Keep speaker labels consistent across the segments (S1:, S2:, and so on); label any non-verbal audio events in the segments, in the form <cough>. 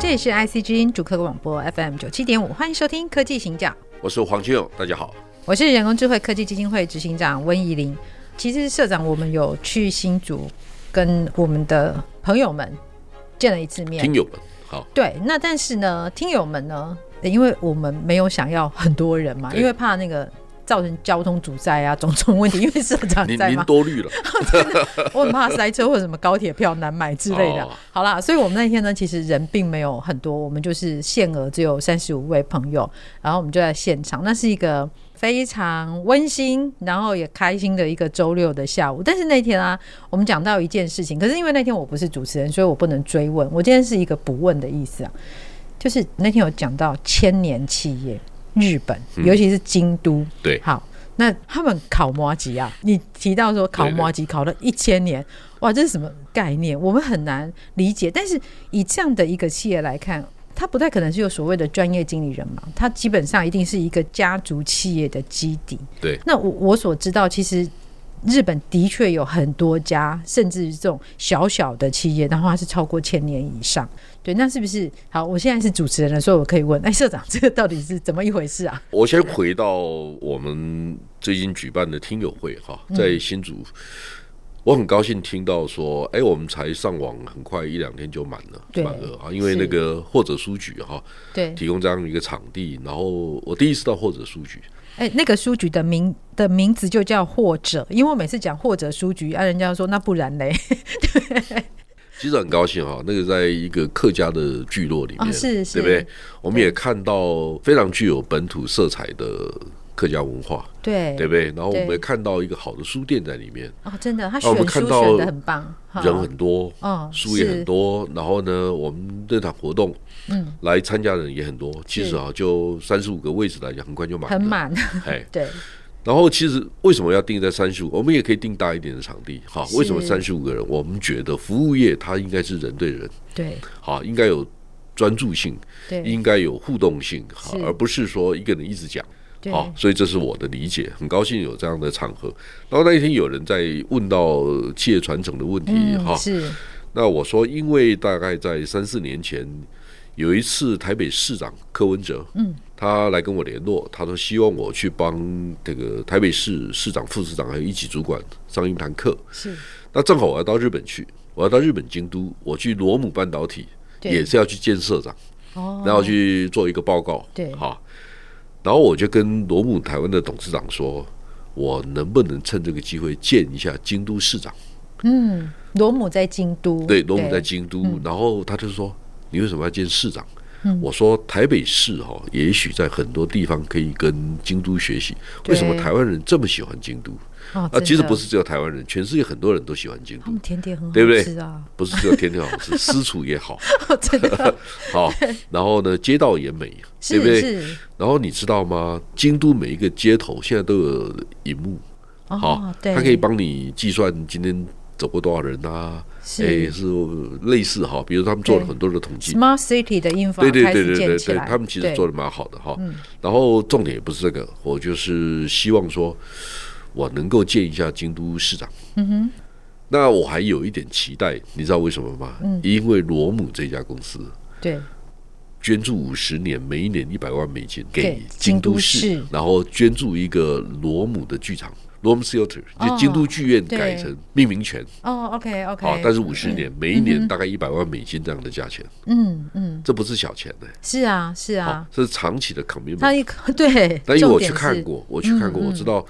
S1: 这里是 IC 之音主客广播 FM 九七点五，欢迎收听科技行脚，
S2: 我是黄清勇，大家好。
S1: 我是人工智慧科技基金会执行长温怡玲。其实社长，我们有去新竹跟我们的朋友们见了一次面
S2: 听，友们好，
S1: 对，那但是呢，听友们呢，因为我们没有想要很多人嘛，
S2: 对
S1: 因为怕那个造成交通阻塞啊，种种问题，因为社长
S2: 您
S1: 啊在
S2: 您
S1: 嘛，
S2: 多虑了，
S1: 我很怕塞车或者什么高铁票难买之类的。
S2: 哦
S1: 好啦，所以我们那天呢，其实人并没有很多，我们就是限额只有三十五位朋友，然后我们就在现场，那是一个非常温馨，然后也开心的一个周六的下午。但是那天啊，我们讲到一件事情，可是因为那天我不是主持人，所以我不能追问。我今天是一个不问的意思啊，就是那天有讲到千年企业日本，尤其是京都。
S2: 嗯对，
S1: 好，那他们烤摩吉啊，你提到说烤摩吉烤了一千年，哇，这是什么概念？我们很难理解。但是以这样的一个企业来看，它不太可能是有所谓的专业经理人嘛，它基本上一定是一个家族企业的基底。
S2: 对
S1: 那我我所知道，其实。日本的确有很多家，甚至这种小小的企业，然后它是超过千年以上。对，那是不是好？我现在是主持人了，所以我可以问，哎，社长，这个到底是怎么一回事啊？
S2: 我先回到我们最近举办的听友会哈，
S1: 嗯
S2: 在新竹，我很高兴听到说，哎，我们才上网，很快一两天就满了，
S1: 对
S2: 满了啊，因为
S1: 是
S2: 那个或者书局哈
S1: 对，
S2: 提供这样一个场地，然后我第一次到或者书局，
S1: 哎、那个书局的名的名字就叫或者，因为我每次讲或者书局，啊，人家说那不然嘞，
S2: 其实很高兴哈，那个在一个客家的聚落里面，
S1: 哦是是
S2: 对不对？我们也看到非常具有本土色彩的客家文化，
S1: 对
S2: 对不对？然后我们
S1: 对
S2: 也看到一个好的书店在里面，
S1: 哦，真的，他
S2: 那我
S1: 选
S2: 们
S1: 书
S2: 看到
S1: 选的很棒，哈
S2: 人很多，
S1: 哦
S2: 书也
S1: 是
S2: 很多。然后呢，我们这场活动，
S1: 嗯，
S2: 来参加的人也很多。其
S1: 是
S2: 实啊，就三十五个位置来讲，很快就满，
S1: 很。满，
S2: 哎，
S1: <laughs> 对，
S2: 然后其实为什么要定在三十五？我们也可以定大一点的场地，哈。
S1: 是
S2: 为什么三十五个人？我们觉得服务业它应该是人对人，
S1: 对，
S2: 好，应该有专注性，
S1: 对，
S2: 应该有互动性，哈
S1: 是，
S2: 而不是说一个人一直讲。
S1: 对，
S2: 好、所以这是我的理解，很高兴有这样的场合。然后那一天有人在问到企业传承的问题，
S1: 嗯，
S2: 哈、
S1: 是，
S2: 那我说，因为大概在三四年前，有一次台北市长柯文哲，嗯，他来跟我联络，他说希望我去帮这个台北市市长、副市长还有一级主管上一堂课。
S1: 是，
S2: 那正好我要到日本去，我要到日本京都，我去罗姆半导体，
S1: 对
S2: 也是要去见社长。
S1: 哦，
S2: 然后去做一个报告，
S1: 对
S2: 好，然后我就跟罗姆台湾的董事长说，我能不能趁这个机会见一下京都市长？
S1: 嗯，罗姆在京都，
S2: 对，罗姆在京都，
S1: 嗯
S2: 然后他就说，你为什么要见市长？我说台北市哈、哦，也许在很多地方可以跟京都学习。
S1: 对
S2: 为什么台湾人这么喜欢京都？
S1: 哦
S2: 啊，其实不，
S1: 真的
S2: 是只有台湾人，全世界很多人都喜欢京
S1: 他
S2: 都
S1: 们，甜点很好
S2: 对不对
S1: 吃啊，
S2: 不是只有天天
S1: <laughs>
S2: 好吃，私厨也好，
S1: 真
S2: <laughs>
S1: 的
S2: 好，然后呢，街道也美，对不
S1: 是
S2: 对？
S1: 是，
S2: 然后你知道吗？京都每一个街头现在都有荧幕，
S1: 哦，对，
S2: 它可以帮你计算今天走过多少人啊，诶，
S1: 是
S2: 是呃类似哈，比如他们做了
S1: 对
S2: 很多的统计，
S1: Smart City 的印房
S2: 对对
S1: 开
S2: 对
S1: 始
S2: 对
S1: 建
S2: 对
S1: 起
S2: 对，
S1: 来，
S2: 他们其实
S1: 对嗯
S2: 做的蛮好的哈。然后重点也不是这个，我就是希望说，我能够见一下京都市长。嗯哼。那我还有一点期待，你知道为什么吗？
S1: 嗯
S2: 因为罗姆这家公司
S1: 对
S2: 捐助五十年，每一年一百万美金给
S1: 京
S2: 京
S1: 都
S2: 都
S1: 市
S2: 市，然后捐助一个罗姆的剧场。罗姆 theater 就京都剧院
S1: 哦对
S2: 改成命名权
S1: 哦，OK OK，
S2: 啊，但是五十年，每一年大概一百万美金这样的价钱，
S1: 嗯嗯。
S2: 这不是小钱呢，
S1: 是啊，是
S2: 好
S1: 啊，，
S2: 这是长期的 commitment
S1: 他。一个 <laughs> 对，
S2: 但因为
S1: 重
S2: 我
S1: 点
S2: 去看
S1: 是，嗯
S2: 过，我去看过，我知道，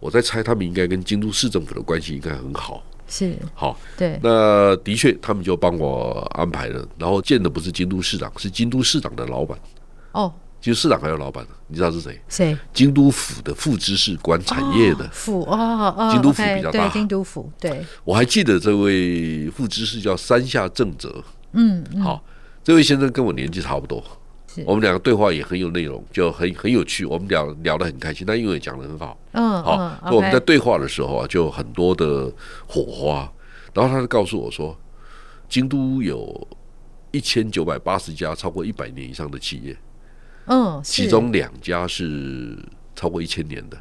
S2: 我在猜他们应该跟京都市政府的关系应该很好。
S1: 是
S2: 好，
S1: 对，
S2: 那的确他们就帮我安排了，然后见的不是京都市长，是京都市长的老板。
S1: 哦，
S2: 其实市长还有老板呢，你知道是谁？
S1: 谁？
S2: 京都府的副知事管产业的
S1: 哦，府哦哦，
S2: 京都府
S1: OK，
S2: 比较
S1: 对，
S2: 大
S1: 京都府对，
S2: 我还记得这位副知事叫山下正则，嗯，好，这位先生跟我年纪差不多
S1: 是，
S2: 我们两个对话也很有内容，就很很有趣，我们聊聊得很开心，他英文也讲得很好，
S1: 嗯
S2: 好，
S1: 嗯
S2: 那我们在
S1: OK，
S2: 对话的时候啊，就有很多的火花，然后他就告诉我说，京都有一千九百八十家超过一百年以上的企业，
S1: 嗯，是
S2: 其中两家是超过一千年的。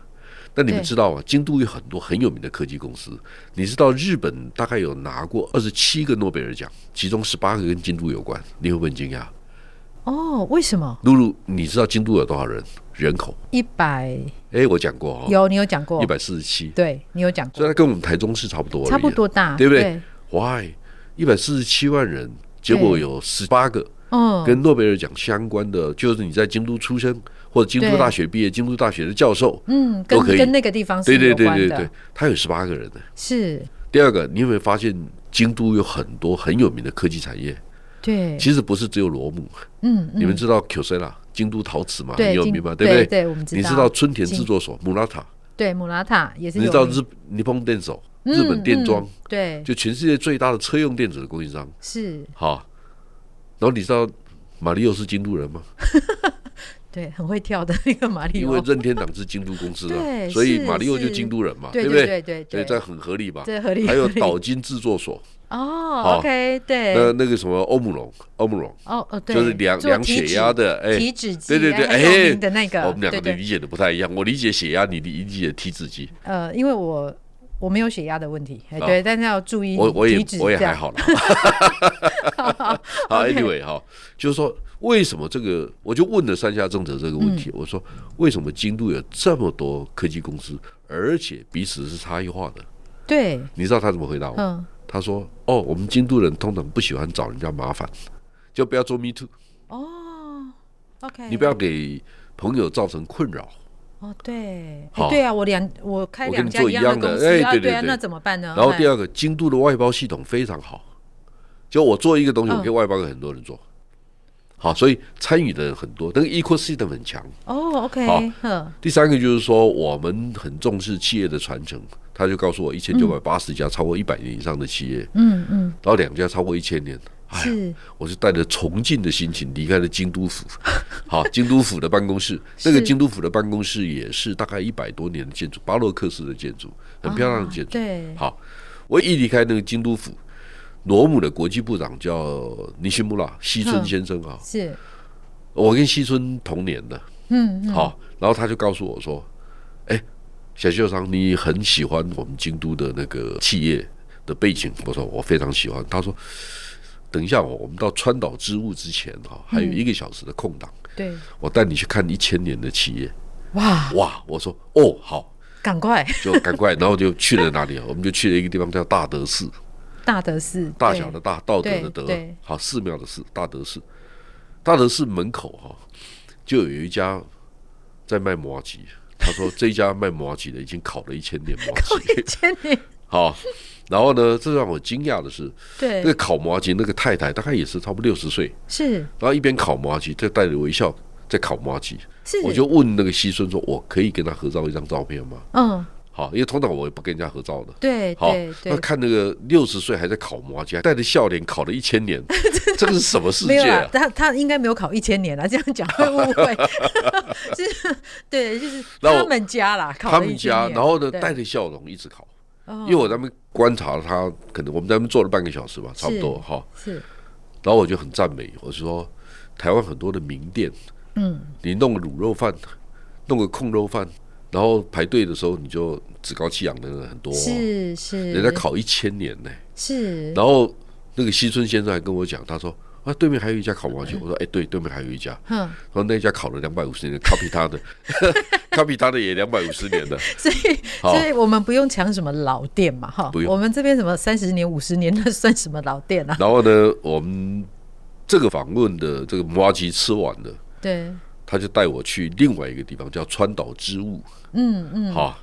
S2: 那你们
S1: 对
S2: 知道啊，京都有很多很有名的科技公司。你知道日本大概有拿过二十七个诺贝尔奖，其中十八个跟京都有关，你会不会很惊讶？
S1: 哦，为什么
S2: 露露，你知道京都有多少人人口？
S1: 一百
S2: 哎，我讲过哦，
S1: 有你有讲过
S2: 一，百四十七，
S1: 对你有讲
S2: 所
S1: 过，
S2: 以它跟我们台中市差不多而已啊，
S1: 差不多大，
S2: 对不对？Why？一百四十七万人，结果
S1: 对
S2: 有十八个
S1: 嗯，
S2: 跟诺贝尔奖相关的，就是你在京都出生或者京
S1: 对
S2: 都大学毕业、京都大学的教授，
S1: 嗯，
S2: 都
S1: 跟
S2: 可以
S1: 跟那个地方是
S2: 对对
S1: 有
S2: 对
S1: 关
S2: 对
S1: 的
S2: 对，，他有十八个人呢。
S1: 是，
S2: 第二个，你有没有发现京都有很多很有名的科技产业？
S1: 对，
S2: 其实不是只有罗姆，
S1: 嗯，嗯
S2: 你们知道 q c e l a 京都陶瓷嘛，
S1: 对
S2: 很有名
S1: 京
S2: 嘛，
S1: 对
S2: 不对？
S1: 对我们知道
S2: 你知道春田
S1: 京
S2: 制作所 Murata，
S1: 对姆拉塔也是
S2: 你
S1: 有
S2: 知道
S1: 名
S2: 日日本电手，
S1: 嗯
S2: 日本电装
S1: 嗯，对，
S2: 就全世界最大的车用电子的供应商。
S1: 是，
S2: 好，然后你知道马里奥是京都人吗？
S1: 对，很会跳的那个马里
S2: 因为
S1: 奥，
S2: 任天堂是京都公
S1: <laughs>
S2: 司
S1: 对
S2: 啊，所以
S1: 是
S2: 马里奥
S1: 是
S2: 就京都人嘛，
S1: 对
S2: 不
S1: 对
S2: 对？
S1: 对
S2: 所以
S1: 对
S2: 这样很合理吧？
S1: 这合理
S2: 还有
S1: 合理
S2: 岛津制作所，
S1: 哦
S2: 好
S1: ，OK，对，
S2: 那那个什么欧姆龙，欧姆龙
S1: 哦哦，对，
S2: 就是量
S1: 做
S2: 量
S1: 体
S2: 血
S1: 脂
S2: 压的，哎，
S1: 体脂计
S2: 对对对，
S1: 哎很有
S2: 哎
S1: 名的那个，
S2: 我们两个
S1: 对
S2: 的
S1: 对
S2: 理解的不太一样，我理解血压，你理解体脂机，
S1: 呃，因为我我没有血压的问题，哎，
S2: 哦
S1: 对，但是要注意
S2: 我我也
S1: 体脂
S2: 我也
S1: 这
S2: 还
S1: 样，
S2: 好啦。
S1: 好，
S2: 好
S1: OK
S2: ，anyway 哈，就是说为什么这个，我就问了山下正则这个问
S1: 嗯
S2: 题，我说为什么京都有这么多科技公司，而且彼此是差异化的？
S1: <laughs> 对，
S2: 你知道他怎么回答我？ <laughs>
S1: 嗯，
S2: 他说：“哦，我们京都人通常不喜欢找人家麻烦， <laughs> 就不要做 me too，
S1: 哦，OK，
S2: 你不要给朋友造成困扰。
S1: 哦，对，哎，
S2: 好
S1: 对啊，我两我开
S2: 我跟
S1: 两
S2: 你
S1: 家
S2: 做
S1: 一
S2: 一
S1: 样
S2: 样的
S1: 公
S2: 哎
S1: 司，啊，
S2: 对对
S1: 对啊，
S2: 对
S1: 那怎么办呢？
S2: 然后
S1: 哎
S2: 第二个，京都的外包系统非常好，就我做一个东西，
S1: 嗯
S2: 我可以外包给很多人做。好，所以参与的人很多，那个 ecosystem 很强。
S1: 哦
S2: 好
S1: ，OK，呵，
S2: 第三个就是说，我们很重视企业的传承。”他就告诉我，一千九百八十家超过一百年以上的企业，
S1: 嗯嗯，
S2: 然后两家超过一千年。哎呀，
S1: 是，
S2: 我是带着崇敬的心情离开了京都府， <laughs> 好，京都府的办公室，那个
S1: 是
S2: 京都府的办公室也是大概一百多年的建筑，巴洛克式的建筑，很漂亮的建筑。
S1: 哦对，
S2: 好，我一离开那个京都府，罗姆的国际部长叫尼西穆拉西村
S1: 嗯
S2: 先生啊，
S1: 是，
S2: 我跟西村同年的，
S1: 嗯嗯，
S2: 好，然后他就告诉我说，哎，小秀商，你很喜欢我们京都的那个企业的背景，我说我非常喜欢。他说，等一下哦我我们到川岛织物之前哈、还有一个小时的空档，
S1: 对，
S2: 我带你去看一千年的企业。
S1: 哇，
S2: 哇，我说哦好，
S1: 赶快，
S2: 就赶快，然后就去了哪里啊？我们就去了一个地方叫大德寺，
S1: 大德寺，
S2: 大
S1: 对
S2: 小的大，道德的
S1: 对
S2: 德
S1: 对，
S2: 好寺庙的寺，大德寺。大德寺门口哈、就有一家在卖麻吉，他说这一家卖麻吉的已经烤了一千年麻
S1: <laughs>
S2: 吉，
S1: 千年，
S2: 好。然后呢，这让我惊讶的是，那个
S1: 对，
S2: 烤麻吉那个太太大概也是差不多六十岁，
S1: 是
S2: 然后一边烤麻吉，就带着微笑在烤麻吉。
S1: 是，
S2: 我就问那个西村说：“我可以跟他合照一张照片吗
S1: 嗯，？”
S2: 好，因为通常我也不跟人家合照的。
S1: 对
S2: 好
S1: 对，
S2: 那
S1: 对，
S2: 看那个六十岁还在烤麻将，带着笑脸烤了一
S1: <laughs>
S2: 千年，这个是什么世
S1: 没有
S2: 界
S1: 啦
S2: 啊，？
S1: 他他应该没有考一千年啦，这样讲会误
S2: <laughs>
S1: 会，就是对，就是
S2: 那我
S1: 他们家啦，考
S2: 他
S1: 了
S2: 们
S1: 1000
S2: 家，
S1: 年
S2: 然后呢，
S1: 对
S2: 带着笑容一直烤。
S1: 哦
S2: 因为我在那边观察他，可能我们在那边坐了半个小时吧，差不多
S1: 是
S2: 哈。
S1: 是
S2: 然后我就很赞美，我说台湾很多的名店，
S1: 嗯，
S2: 你弄个卤肉饭，弄个控肉饭，然后排队的时候你就趾高气扬的人很多、哦，
S1: 是是，
S2: 人家考一千年呢、
S1: 是
S2: 然后那个西村先生还跟我讲，他说啊，对面还有一家烤麻雀，我说哎，对，对面还有一家，
S1: 哼，
S2: 然后那家烤了两百五十年，copy 他的 <laughs> ，copy 他的也两百五十年的，
S1: 所以
S2: 好
S1: 所以我们不用抢什么老店嘛，哈
S2: 不，用
S1: 我们这边什么三十年、五十年，那算什么老店啊？
S2: 然后呢，我们这个访问的这个麻吉吃完了，
S1: 对，
S2: 他就带我去另外一个地方，叫川岛织物，
S1: 嗯嗯，
S2: 哈、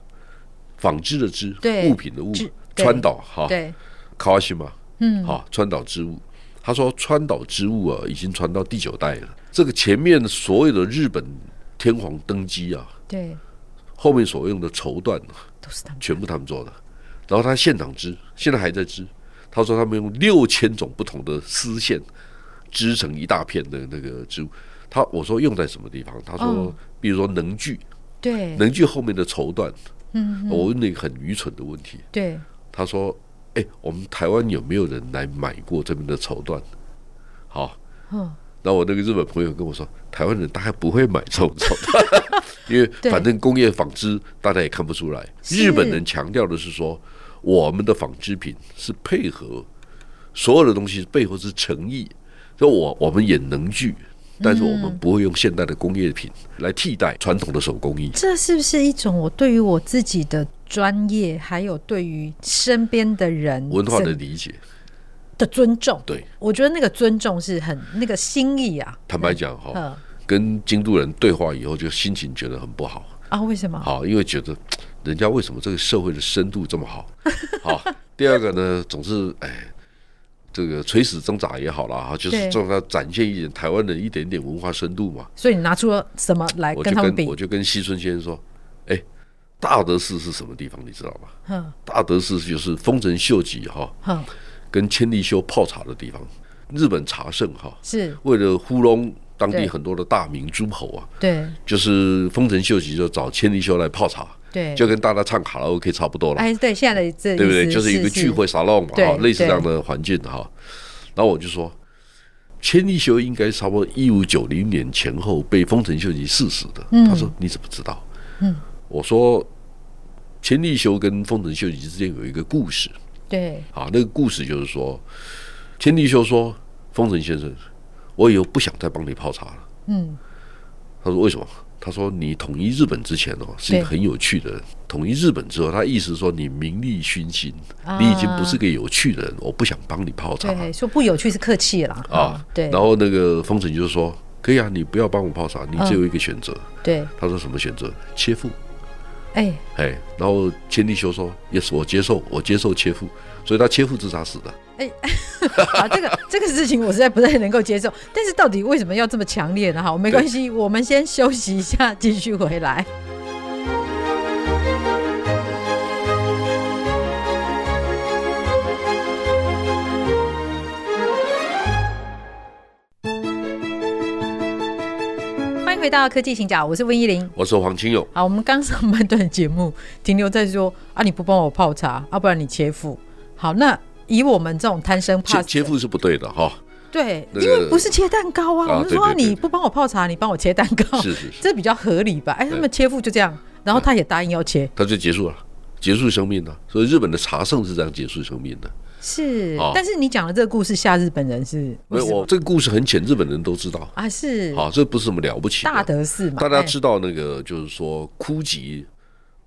S2: 纺织的织，
S1: 对
S2: 物品的物
S1: 织，对
S2: 川岛哈，
S1: 对，
S2: 卡瓦西嘛，
S1: 嗯
S2: 哈，川岛织物。他说川岛之物啊，已经传到第九代了。这个前面所有的日本天皇登基啊，
S1: 对，
S2: 后面所用的绸缎啊，
S1: 都是他们
S2: 全部他们做的。然后他现场织，现在还在织。他说他们用六千种不同的丝线织成一大片的那个织物。他我说用在什么地方？他说
S1: 嗯，
S2: 比如说能具，
S1: 对
S2: 能具后面的绸缎。
S1: 嗯
S2: 我问了一个很愚蠢的问题，
S1: 对，
S2: 他说：“哎、我们台湾有没有人来买过这边的绸缎？”好，
S1: 嗯，
S2: 那我那个日本朋友跟我说，台湾人大概不会买这种绸缎，
S1: <laughs>
S2: <laughs> 因为
S1: 对
S2: 反正工业纺织大家也看不出来。
S1: 是
S2: 日本人强调的是说，我们的纺织品是配合所有的东西背后是诚意，所以我我们也能具。
S1: 嗯
S2: 但是我们不会用现代的工业品来替代传统的手工艺，
S1: 这是不是一种我对于我自己的专业，还有对于身边的人
S2: 文化的
S1: 整
S2: 理解。
S1: 的尊重？
S2: 对，
S1: 我觉得那个尊重是很那个心意啊。
S2: 坦白讲哈，
S1: 嗯
S2: 跟京都人对话以后，就心情觉得很不好。
S1: 啊，为什么？
S2: 好，因为觉得人家为什么这个社会的深度这么
S1: <laughs>
S2: 好？好，第二个呢，总是哎，这个垂死挣扎也好啦，哈，就是
S1: 对
S2: 让他展现一点台湾人一点点文化深度嘛。
S1: 所以你拿出了什么来
S2: 我
S1: 跟
S2: 就
S1: 他们
S2: 跟
S1: 比
S2: 我？就跟西村先生说，哎，大德寺是什么地方？你知道吗？
S1: 哼
S2: 大德寺就是丰臣秀吉哈
S1: 哼，
S2: 跟千利休泡茶的地方，日本茶圣哈，
S1: 是
S2: 为了糊弄当地
S1: 对
S2: 很多的大明诸侯啊，
S1: 对
S2: 就是丰臣秀吉就找千利休来泡茶，
S1: 对，
S2: 就跟大家唱卡拉 OK 差不多了，
S1: 哎对，现在的这
S2: 对不
S1: 意
S2: 对？
S1: 思
S2: 就是一个聚会沙龙嘛，
S1: 对
S2: 哈，类似
S1: 对
S2: 这样的环境哈。然后我就说，千利休应该差不多一五九零年前后被丰臣秀吉赐死的。
S1: 嗯
S2: 他说你怎么知道？我说千利休跟丰臣秀吉之间有一个故事
S1: 对
S2: 啊，那个故事就是说，千利休说丰臣先生，我以后不想再帮你泡茶了。
S1: 嗯
S2: 他说为什么？他说你统一日本之前哦，是一
S1: 对
S2: 个很有趣的人。统一日本之后，他意思说你名利熏心，
S1: 啊
S2: 你已经不是个有趣的人，我不想帮你泡茶
S1: 对，说不有趣是客气啦嗯
S2: 啊。
S1: 对
S2: 然后那个丰臣就说：“可以啊，你不要帮我泡茶，你
S1: 嗯
S2: 只有一个选择。
S1: 对，
S2: 他说：“什么选择？切腹。
S1: 哎”
S2: 哎，然后千利休说：“Yes，我接受，我接受切腹。”所以他切腹自杀死的。
S1: <laughs> 啊，这个这个事情我实在不太能够接受。但是到底为什么要这么强烈呢？好，没关系，我们先休息一下，继续回来。欢迎回到科技行脚，我是温依玲。
S2: 我说黄清勇，
S1: 好，我们刚上半段节目停留在说啊，你不帮我泡茶，啊要、不然你切腹。好，那以我们这种贪生怕
S2: 切
S1: 死，
S2: 切腹是不对的哈。
S1: 对，
S2: 那
S1: 因
S2: 个
S1: 为不是切蛋糕啊，
S2: 啊
S1: 我们说、
S2: 对对对
S1: 你不帮我泡茶，你帮我切蛋糕，
S2: 是是是
S1: 这比较合理吧？哎，他
S2: 对
S1: 们切腹就这样，然后他也答应要切，
S2: 他就结束了，结束生命了。啊所以日本的茶圣是这样结束生命的。
S1: 是。
S2: 哦
S1: 但是你讲的这个故事，吓日本人是
S2: 没
S1: 为
S2: 有，
S1: 什么
S2: 哎我这个故事很浅，日本人都知道。
S1: 啊，是
S2: 好，这不是什么了不起的。
S1: 大德寺嘛，
S2: 大家
S1: 哎
S2: 知道那个就是说枯竭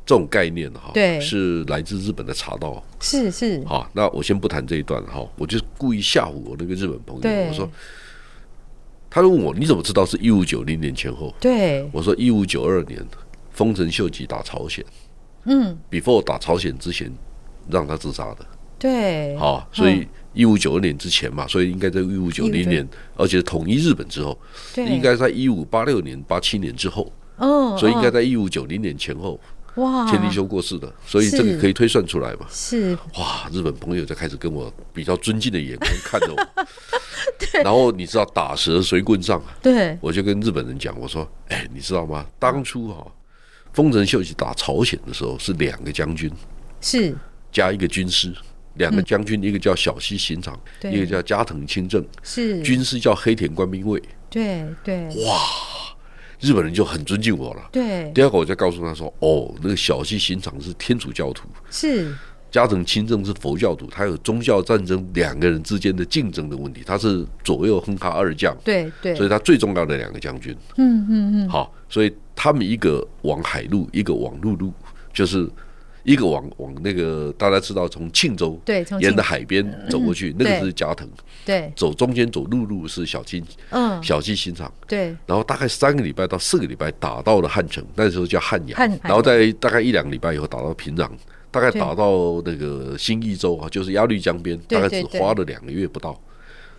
S2: 这种概念哈，
S1: 对
S2: 是来自日本的茶道
S1: 是是，
S2: 哈。那我先不谈这一段哈，我就故意吓唬我那个日本朋
S1: 对
S2: 友，我说，他就问我你怎么知道是一五九零年前后？
S1: 对，
S2: 我说一五九二年丰臣秀吉打朝鲜
S1: 嗯，
S2: ，before 打朝鲜之前让他自杀的。
S1: 对，
S2: 好、所以一五九二年之前嘛，所以应该在一五九零年，而且统一日本之后，
S1: 对，
S2: 应该在一五八六年、八七年之后，
S1: 嗯，嗯，
S2: 所以应该在一五九零年前后，
S1: 哇，
S2: 千利休过世的，所以这个
S1: 是
S2: 可以推算出来嘛。
S1: 是
S2: 哇，日本朋友就开始跟我比较尊敬的眼光看着我，然后你知道打蛇随棍上啊，
S1: 对，
S2: 我就跟日本人讲，我说，哎，你知道吗？当初哈、丰臣秀吉打朝鲜的时候是两个将军，
S1: 是
S2: 加一个军师，两个将军，一个叫小西行长，
S1: 对嗯
S2: 一个叫加藤清正，
S1: 是，
S2: 军师叫黑田官兵卫。
S1: 对对
S2: 日本人就很尊敬我了。
S1: 对
S2: 第二个，我就告诉他说，哦，那个小西行长是天主教徒，
S1: 是，
S2: 加藤清正是佛教徒，他有宗教战争两个人之间的竞争的问题，他是左右哼哈二将，
S1: 对对，
S2: 所以他最重要的两个将军。
S1: 嗯嗯嗯，
S2: 好，所以他们一个往海路，一个往陆路，就是一个往往那个大家知道从庆州
S1: 对从庆
S2: 沿着海边走过去，那
S1: 嗯对
S2: 个是加藤，
S1: 对，
S2: 走中间走陆路是小金
S1: 嗯，
S2: 小金新场，
S1: 对
S2: 然后大概三个礼拜到四个礼拜打到了汉城，那时候叫汉阳，
S1: 汉
S2: 然后在大概一两个礼拜以后打到平壤。大概
S1: 对
S2: 打到那个新义州啊，就是鸭绿江边，
S1: 对
S2: 大概只
S1: 对对
S2: 花了两个月不到。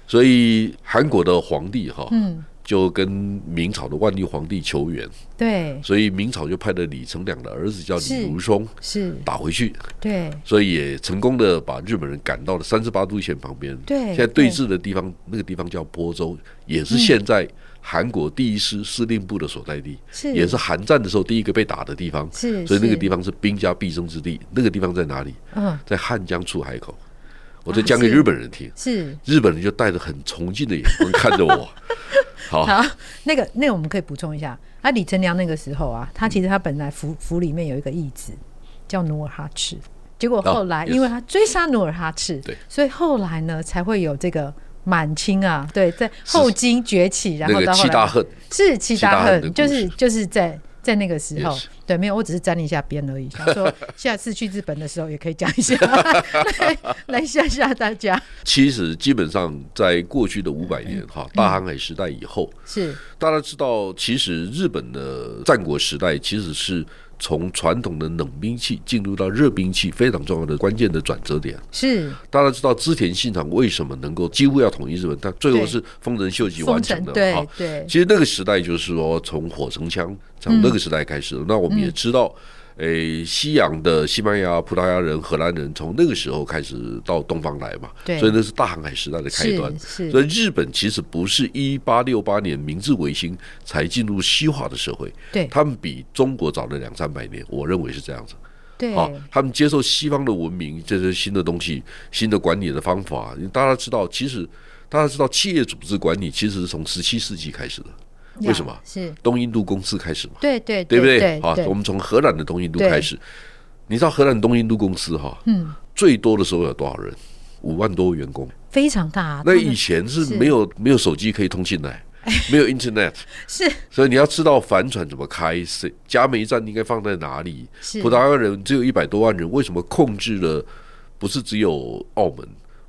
S2: 所以韩国的皇帝哈，
S1: 嗯，
S2: 就跟明朝的万历皇帝求援，
S1: 对，
S2: 所以明朝就派了李成两的儿子叫
S1: 是
S2: 李如松
S1: 是，
S2: 打回去，
S1: 对，
S2: 所以也成功的把日本人赶到了三十八度线旁边。
S1: 对
S2: 现在对
S1: 对
S2: 峙的地方，那个地方叫播州，也是现在韩国第一师司令部的所在地，
S1: 是
S2: 也是韩战的时候第一个被打的地方。
S1: 是，
S2: 所以那个地
S1: 方，
S2: 方是兵家必争之地。那个地方在哪里？
S1: 嗯，
S2: 在汉江出海口。我在
S1: 啊
S2: 讲给
S1: 是
S2: 日本人听，
S1: 是
S2: 日本人就带着很崇敬的眼光看
S1: <laughs>
S2: 着我。好，
S1: 好，那个那个我们可以补充一下，啊，李成良那个时候啊，他其实他本来府府里面有一个义子叫努尔哈赤，结果后来
S2: 哦
S1: 因为他追杀努尔哈赤，
S2: 对
S1: 所以后来呢才会有这个满清啊，对，在后金崛起，然
S2: 那
S1: 后
S2: 个
S1: 到后
S2: 七大
S1: 来
S2: 恨，
S1: 是七
S2: 大
S1: 大
S2: 恨的
S1: 恨，就
S2: 故
S1: 是
S2: 事
S1: 就是在。在那个时候
S2: Yes
S1: 对，没有，我只是沾了一下边而已。想
S2: <laughs>
S1: 说下次去日本的时候也可以讲一下， <laughs> 来来吓吓大家。
S2: 其实基本上在过去的五百年哈，大航海时代以后，
S1: 是
S2: 大家知道，其实日本的战国时代其实是从传统的冷兵器进入到热兵器非常重要的关键的转折点。
S1: 是，
S2: 大家知道织田信长为什么能够几乎要统一日本，但最后
S1: 对
S2: 是丰臣秀吉
S1: 封
S2: 完
S1: 城
S2: 成哦的
S1: 对
S2: 哈。
S1: 对
S2: 其实那个时代就是说，从火绳枪从那个时代开始，那我们也知道，
S1: 嗯
S2: 诶、西洋的西班牙、葡萄牙人、荷兰人从那个时候开始到东方来嘛，
S1: 对
S2: 所以那是大航海时代的开端。
S1: 是
S2: 所
S1: 是
S2: 以日本其实不是一八六八年明治维新才进入西化的社会，
S1: 对
S2: 他们比中国早了两三百年，我认为是这样子。
S1: 对，
S2: 好，他们接受西方的文明，这些新的东西、新的管理的方法。大家知道，其实大家知道，企业组织管理其实是从十七世纪开始的。为
S1: 呀
S2: 什么
S1: 是
S2: 东印度公司开始嘛，
S1: 对对
S2: 对不
S1: 对
S2: 对？好，我
S1: 对
S2: 们从荷兰的东印度开始。你知道荷兰东印度公司哈，
S1: 嗯，
S2: 最多的时候有多少人？五万多员工。
S1: 非常大啊。
S2: 那
S1: 他们
S2: 以前
S1: 是
S2: 是没有没有手机可以通
S1: <laughs>
S2: 信的，没有 Internet，
S1: 是
S2: 所以你要知道帆船怎么开，谁加煤站应该放在哪里，
S1: 是
S2: 葡萄牙人只有一百多万人，为什么控制了不是只有澳门？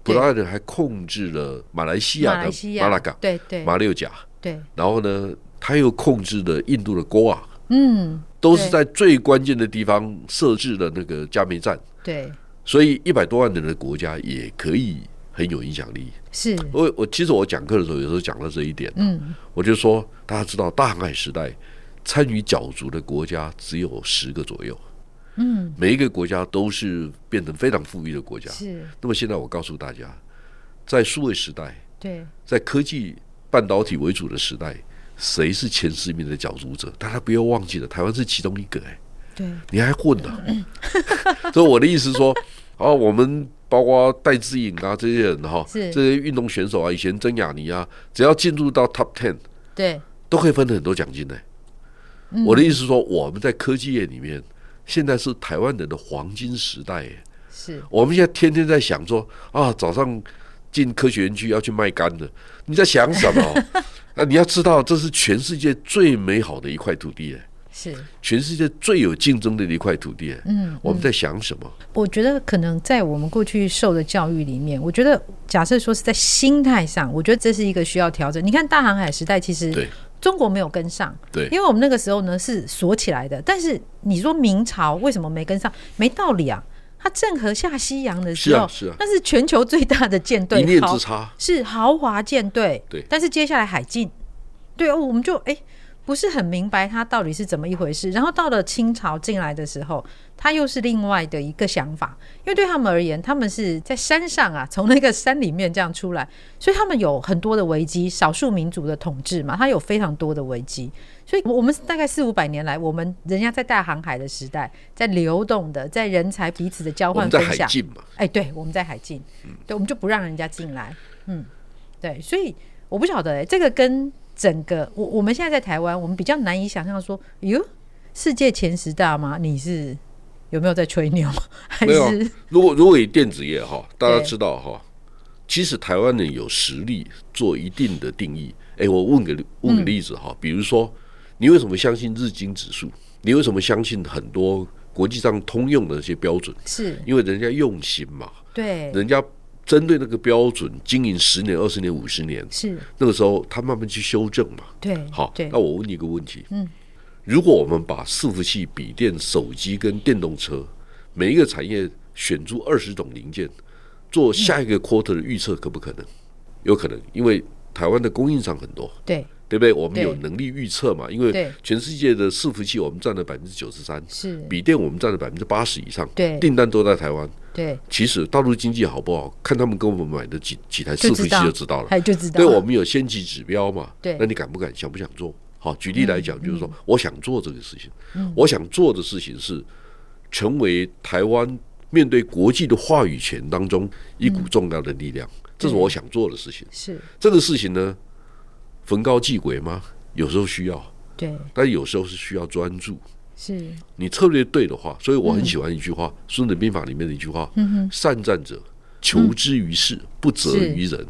S2: 葡
S1: 对
S2: 萄牙人还控制了马来西
S1: 马
S2: 亚
S1: 来
S2: 的
S1: 西亚
S2: 马拉港、
S1: 对对
S2: 马六甲，
S1: 对，
S2: 然后呢，他又控制了印度的国瓦，
S1: 嗯
S2: 都是
S1: 对
S2: 在最关键的地方设置了那个加煤站，
S1: 对
S2: 所以一百多万人的国家也可以很有影响力。
S1: 是
S2: 我我其实我讲课的时候，有时候讲到这一点，
S1: 嗯
S2: 我就说大家知道大航海时代参与角逐的国家只有十个左右，
S1: 嗯
S2: 每一个国家都是变成非常富裕的国家。
S1: 是
S2: 那么现在我告诉大家，在数位时代，
S1: 对
S2: 在科技半导体为主的时代，谁是前十名的角逐者？大家不要忘记了，台湾是其中一个、哎，
S1: 对
S2: 你还混呢、所以我的意思是说， <laughs> 啊，我们包括戴志颖啊这些人哈、
S1: 是
S2: 这些运动选手啊，以前曾雅妮啊，只要进入到 Top Ten，
S1: 对
S2: 都可以分很多奖金呢、我的意思是说，我们在科技业里面，现在是台湾人的黄金时代、哎
S1: 是
S2: 我们现在天天在想说啊，早上进科学园区要去卖干的，你在想什么？啊，你要知道，这是全世界最美好的一块土地、哎
S1: 是。
S2: 全世界最有竞争力的一块土地、哎
S1: 嗯，
S2: 我们在想什么？
S1: 我觉得可能在我们过去受的教育里面，我觉得假设说是在心态上，我觉得这是一个需要调整。你看大航海时代，其实
S2: 对
S1: 中国没有跟上，
S2: 对
S1: 因为我们那个时候呢是锁起来的。但是你说明朝为什么没跟上？没道理啊！它郑和下西洋的时候，
S2: 是啊是啊
S1: 那是全球最大的舰队，
S2: 一念
S1: 豪
S2: 之差，
S1: 是豪华舰队，
S2: 啊对
S1: 但是接下来海禁，对，哦我们就哎、不是很明白它到底是怎么一回事。然后到了清朝进来的时候，它又是另外的一个想法，因为对他们而言，他们是在山上啊，从那个山里面这样出来，所以他们有很多的危机，少数民族的统治嘛，它有非常多的危机。所以，我们大概四五百年来，我们人家在大航海的时代，在流动的，在人才彼此的交
S2: 我
S1: 换
S2: 们在
S1: 分
S2: 海
S1: 享，
S2: 禁嘛，
S1: 哎，对，我们在海禁，
S2: 嗯
S1: 对，我们就不让人家进来。嗯，对，所以我不晓得、哎，这个跟整个我我们现在在台湾，我们比较难以想象说，哟，世界前十大吗？你是有没有在吹牛？ <laughs> 还
S2: 没有啊
S1: 是。
S2: 如果如果以电子业哈，大家
S1: 对
S2: 知道哈，其实台湾人有实力做一定的定义。哎，我问个问个例子
S1: 嗯
S2: 哈，比如说，你为什么相信日经指数？你为什么相信很多国际上通用的一些标准？
S1: 是
S2: 因为人家用心嘛，
S1: 对，
S2: 人家针对那个标准经营十年、二十年、五十年，
S1: 是
S2: 那个时候他慢慢去修正嘛。
S1: 对，
S2: 好，
S1: 对
S2: 那，我问你一个问题，
S1: 嗯，
S2: 如果我们把伺服器、笔电、手机跟电动车每一个
S1: 嗯
S2: 产业选出二十种零件，做下一个 quarter 的预测，可不可能？有可能，因为台湾的供应商很多，
S1: 对，
S2: 对不对？我们
S1: 对
S2: 有能力预测嘛，因为
S1: 对
S2: 全世界的伺服器我们占了百分之九十三，
S1: 是，
S2: 笔电我们占了百分之八十以上，
S1: 对
S2: 订单都在台湾。
S1: 对，
S2: 其实大陆经济好不好，看他们跟我们买的几几台伺
S1: 就知
S2: 服器
S1: 道
S2: 就知道了。
S1: 还就知道，
S2: 对我们有先级指标嘛？
S1: 对
S2: 那你敢不敢，想不想做？好，举例来讲，就是说，我想做这个事情，我想做的事情是成为台湾面对国际的话语权当中一股重要的力量，这是我想做的事情。
S1: 是，
S2: 这个事情呢，逢高忌鬼吗？有时候需要，
S1: 对，
S2: 但有时候是需要专注。
S1: 是，
S2: 你策略对的话，所以我很喜欢一句话，孙子兵法》里面的一句话：“善战者，求之于事，不责于人。”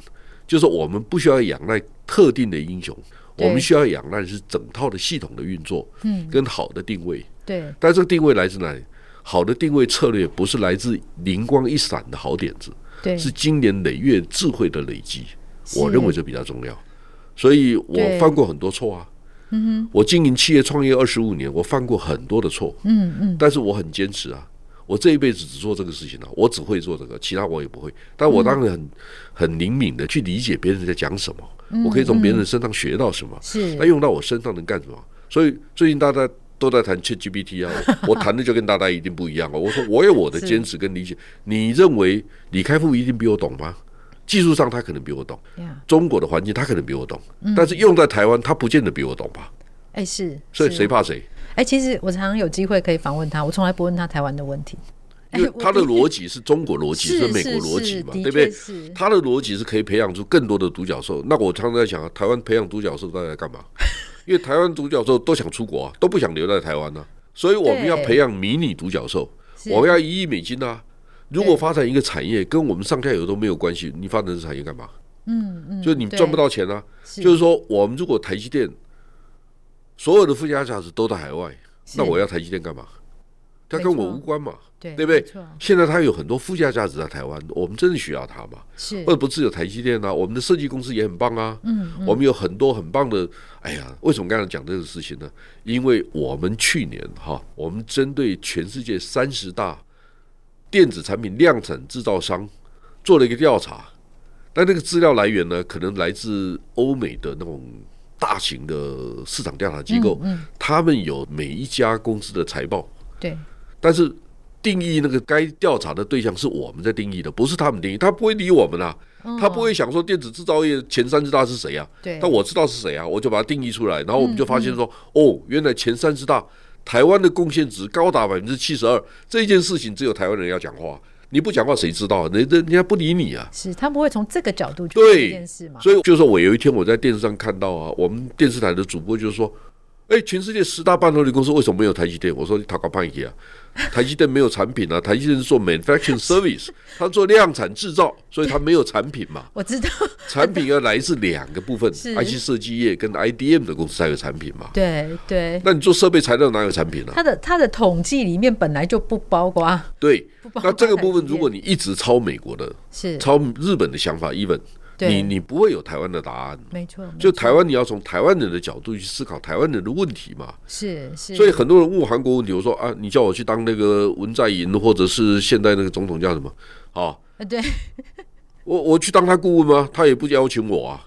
S2: 就是我们不需要仰赖特定的英雄，
S1: 对
S2: 我们需要仰赖的是整套的系统的运作，跟好的定位。
S1: 对，
S2: 但这个定位来自哪里？好的定位策略不是来自灵光一闪的好点子，
S1: 对，
S2: 是经年累月智慧的累积。
S1: 是
S2: 我认为这比较重要，所以我
S1: 对
S2: 犯过很多错啊。嗯我经营企业创业二十五年，我犯过很多的错。
S1: 嗯嗯，
S2: 但是我很坚持啊，我这一辈子只做这个事情啊，我只会做这个，其他我也不会。但
S1: 嗯
S2: 我当然很、很灵敏的去理解别人在讲什么，
S1: 嗯
S2: 我可以从别人身上学到什么，
S1: 是
S2: 那，用到我身上能干什么？所以最近大家都在谈 ChatGPT 啊， <laughs> 我我谈的就跟大家一定不一样哦。我说我有我的
S1: 是
S2: 坚持跟理解，你认为李开复一定比我懂吗？技术上他可能比我懂，
S1: 呀，
S2: 中国的环境他可能比我懂，但是用在台湾他不见得比我懂吧？
S1: 哎是，
S2: 所以
S1: 是
S2: 谁？怕谁？
S1: 哎，其实我常常有机会可以访问他，我从来不问他台湾的问题，
S2: 因为
S1: 哎我
S2: 他的逻辑是中国逻辑，
S1: 是
S2: 美国
S1: 是
S2: 逻辑
S1: 是
S2: 嘛，
S1: 的
S2: 对不对
S1: 确是？
S2: 他的逻辑是可以培养出更多的独角兽。那我常常在想啊，台湾培养独角兽大家在干嘛？因为台湾独角兽都想出国啊，都不想留在台湾呢、所以我们
S1: 对
S2: 要培养迷你独角兽，
S1: 是
S2: 我们要一亿美金啊。如果
S1: 对
S2: 发展一个产业跟我们上下游都没有关系，你发展这产业干嘛？
S1: 嗯嗯，
S2: 就你
S1: 对
S2: 赚不，到钱啊。
S1: 是
S2: 就是说，我们如果台积电所有的附加价值都在海外，
S1: 是
S2: 那我要台积电干嘛？它跟
S1: 没错
S2: 我无关嘛。
S1: 对
S2: 对不对
S1: 没错
S2: 现在它有很多附加价值在台湾，我们真的需要它嘛？
S1: 是
S2: 或，者不只有台积电啊，我们的设计公司也很棒啊。
S1: 嗯，
S2: 我们有很多很棒的。哎呀，为什么刚才讲这个事情呢？因为我们去年哈，我们针对全世界三十大电子产品量产制造商做了一个调查，但那个资料来源呢，可能来自欧美的那种。大型的市场调查机构，
S1: 嗯
S2: 他们有每一家公司的财报，
S1: 对，
S2: 但是定义那个该调查的对象是我们在定义的，不是他们定义，他不会理我们啊，他不会想说电子制造业前三十大是谁啊？
S1: 嗯哦对
S2: 但我知道是谁啊，我就把它定义出来，然后我们就发现说，哦，原来前三十大台湾的贡献值高达百分之七十二，这件事情只有台湾人要讲话，你不讲话谁知道啊？人人家不理你啊。
S1: 是他不会从这个角度去看这
S2: 对
S1: 件事嘛？
S2: 所以就是说我有一天我在电视上看到啊，我们电视台的主播就说：“哎，全世界十大半导体公司为什么没有台积电？”我说：“你讨个半啊， <laughs> 台积电没有产品啊，台积电是做 manufacturing service，它做量产制造，所以它没有产品
S1: <laughs>
S2: 嘛。
S1: 我知道，
S2: 产品要来自两个部分
S1: 是
S2: ，IC 设计业跟 IDM 的公司才有产品嘛。
S1: 对对，
S2: 那你做设备材料哪有产品呢、啊？
S1: 他的他的统计里面本来就不包括，
S2: 对
S1: 不包，括
S2: 那这个
S1: 台
S2: 部
S1: 积
S2: 分
S1: 电
S2: 如果你一直抄美国的、
S1: 是，
S2: 抄日本的想法，even
S1: 对
S2: 你你不会有台湾的答案。”
S1: 没错，
S2: 就
S1: 没错
S2: 台湾，你要从台湾人的角度去思考台湾人的问题嘛。
S1: 是是，
S2: 所以很多人问我韩国问题，我说啊，你叫我去当那个文在寅，或者是现在那个总统叫什么？啊，
S1: 呃对
S2: 我我去当他顾问吗？他也不邀请我
S1: <laughs>
S2: 啊。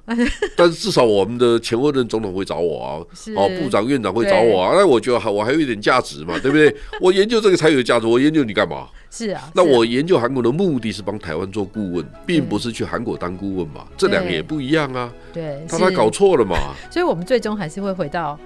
S2: 但是至少我们的前后任总统会找我啊
S1: 是，
S2: 哦，部长、院长会找我啊。那我觉得还我还有一点价值嘛，对不对？ <laughs> 我研究这个才有价值，我研究你干嘛？
S1: 是啊，
S2: 那
S1: 是啊
S2: 我研究韩国的目的是帮台湾做顾问，并不是去韩国当顾问嘛。这两个也不一样啊，
S1: 对，
S2: 他他
S1: 是
S2: 搞错了嘛，
S1: 所以我们最终还是会回到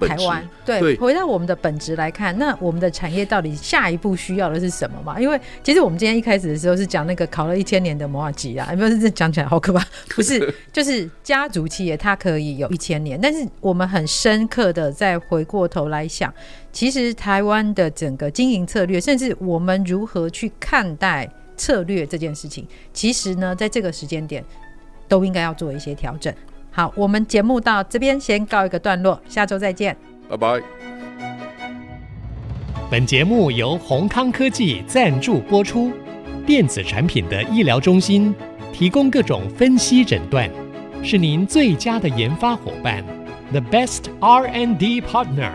S2: 本
S1: 台
S2: 质。
S1: 湾，对，
S2: 对
S1: 回到我们的本质来看，那我们的产业到底下一步需要的是什么嘛？因为其实我们今天一开始的时候是讲那个考了一千年的摩尔吉啊，有 <laughs> 没有？这讲起来好可怕， <laughs> 不是，就是家族企业它可以有一千年，但是我们很深刻的再回过头来想，其实台湾的整个经营策略，甚至我们如何去看待策略这件事情，其实呢，在这个时间点都应该要做一些调整。好，我们节目到这边先告一个段落，下周再见。
S2: 拜拜。
S3: 本节目由宏康科技赞助播出。电子产品的医疗中心提供各种分析诊断，是您最佳的研发伙伴，the best R&D partner。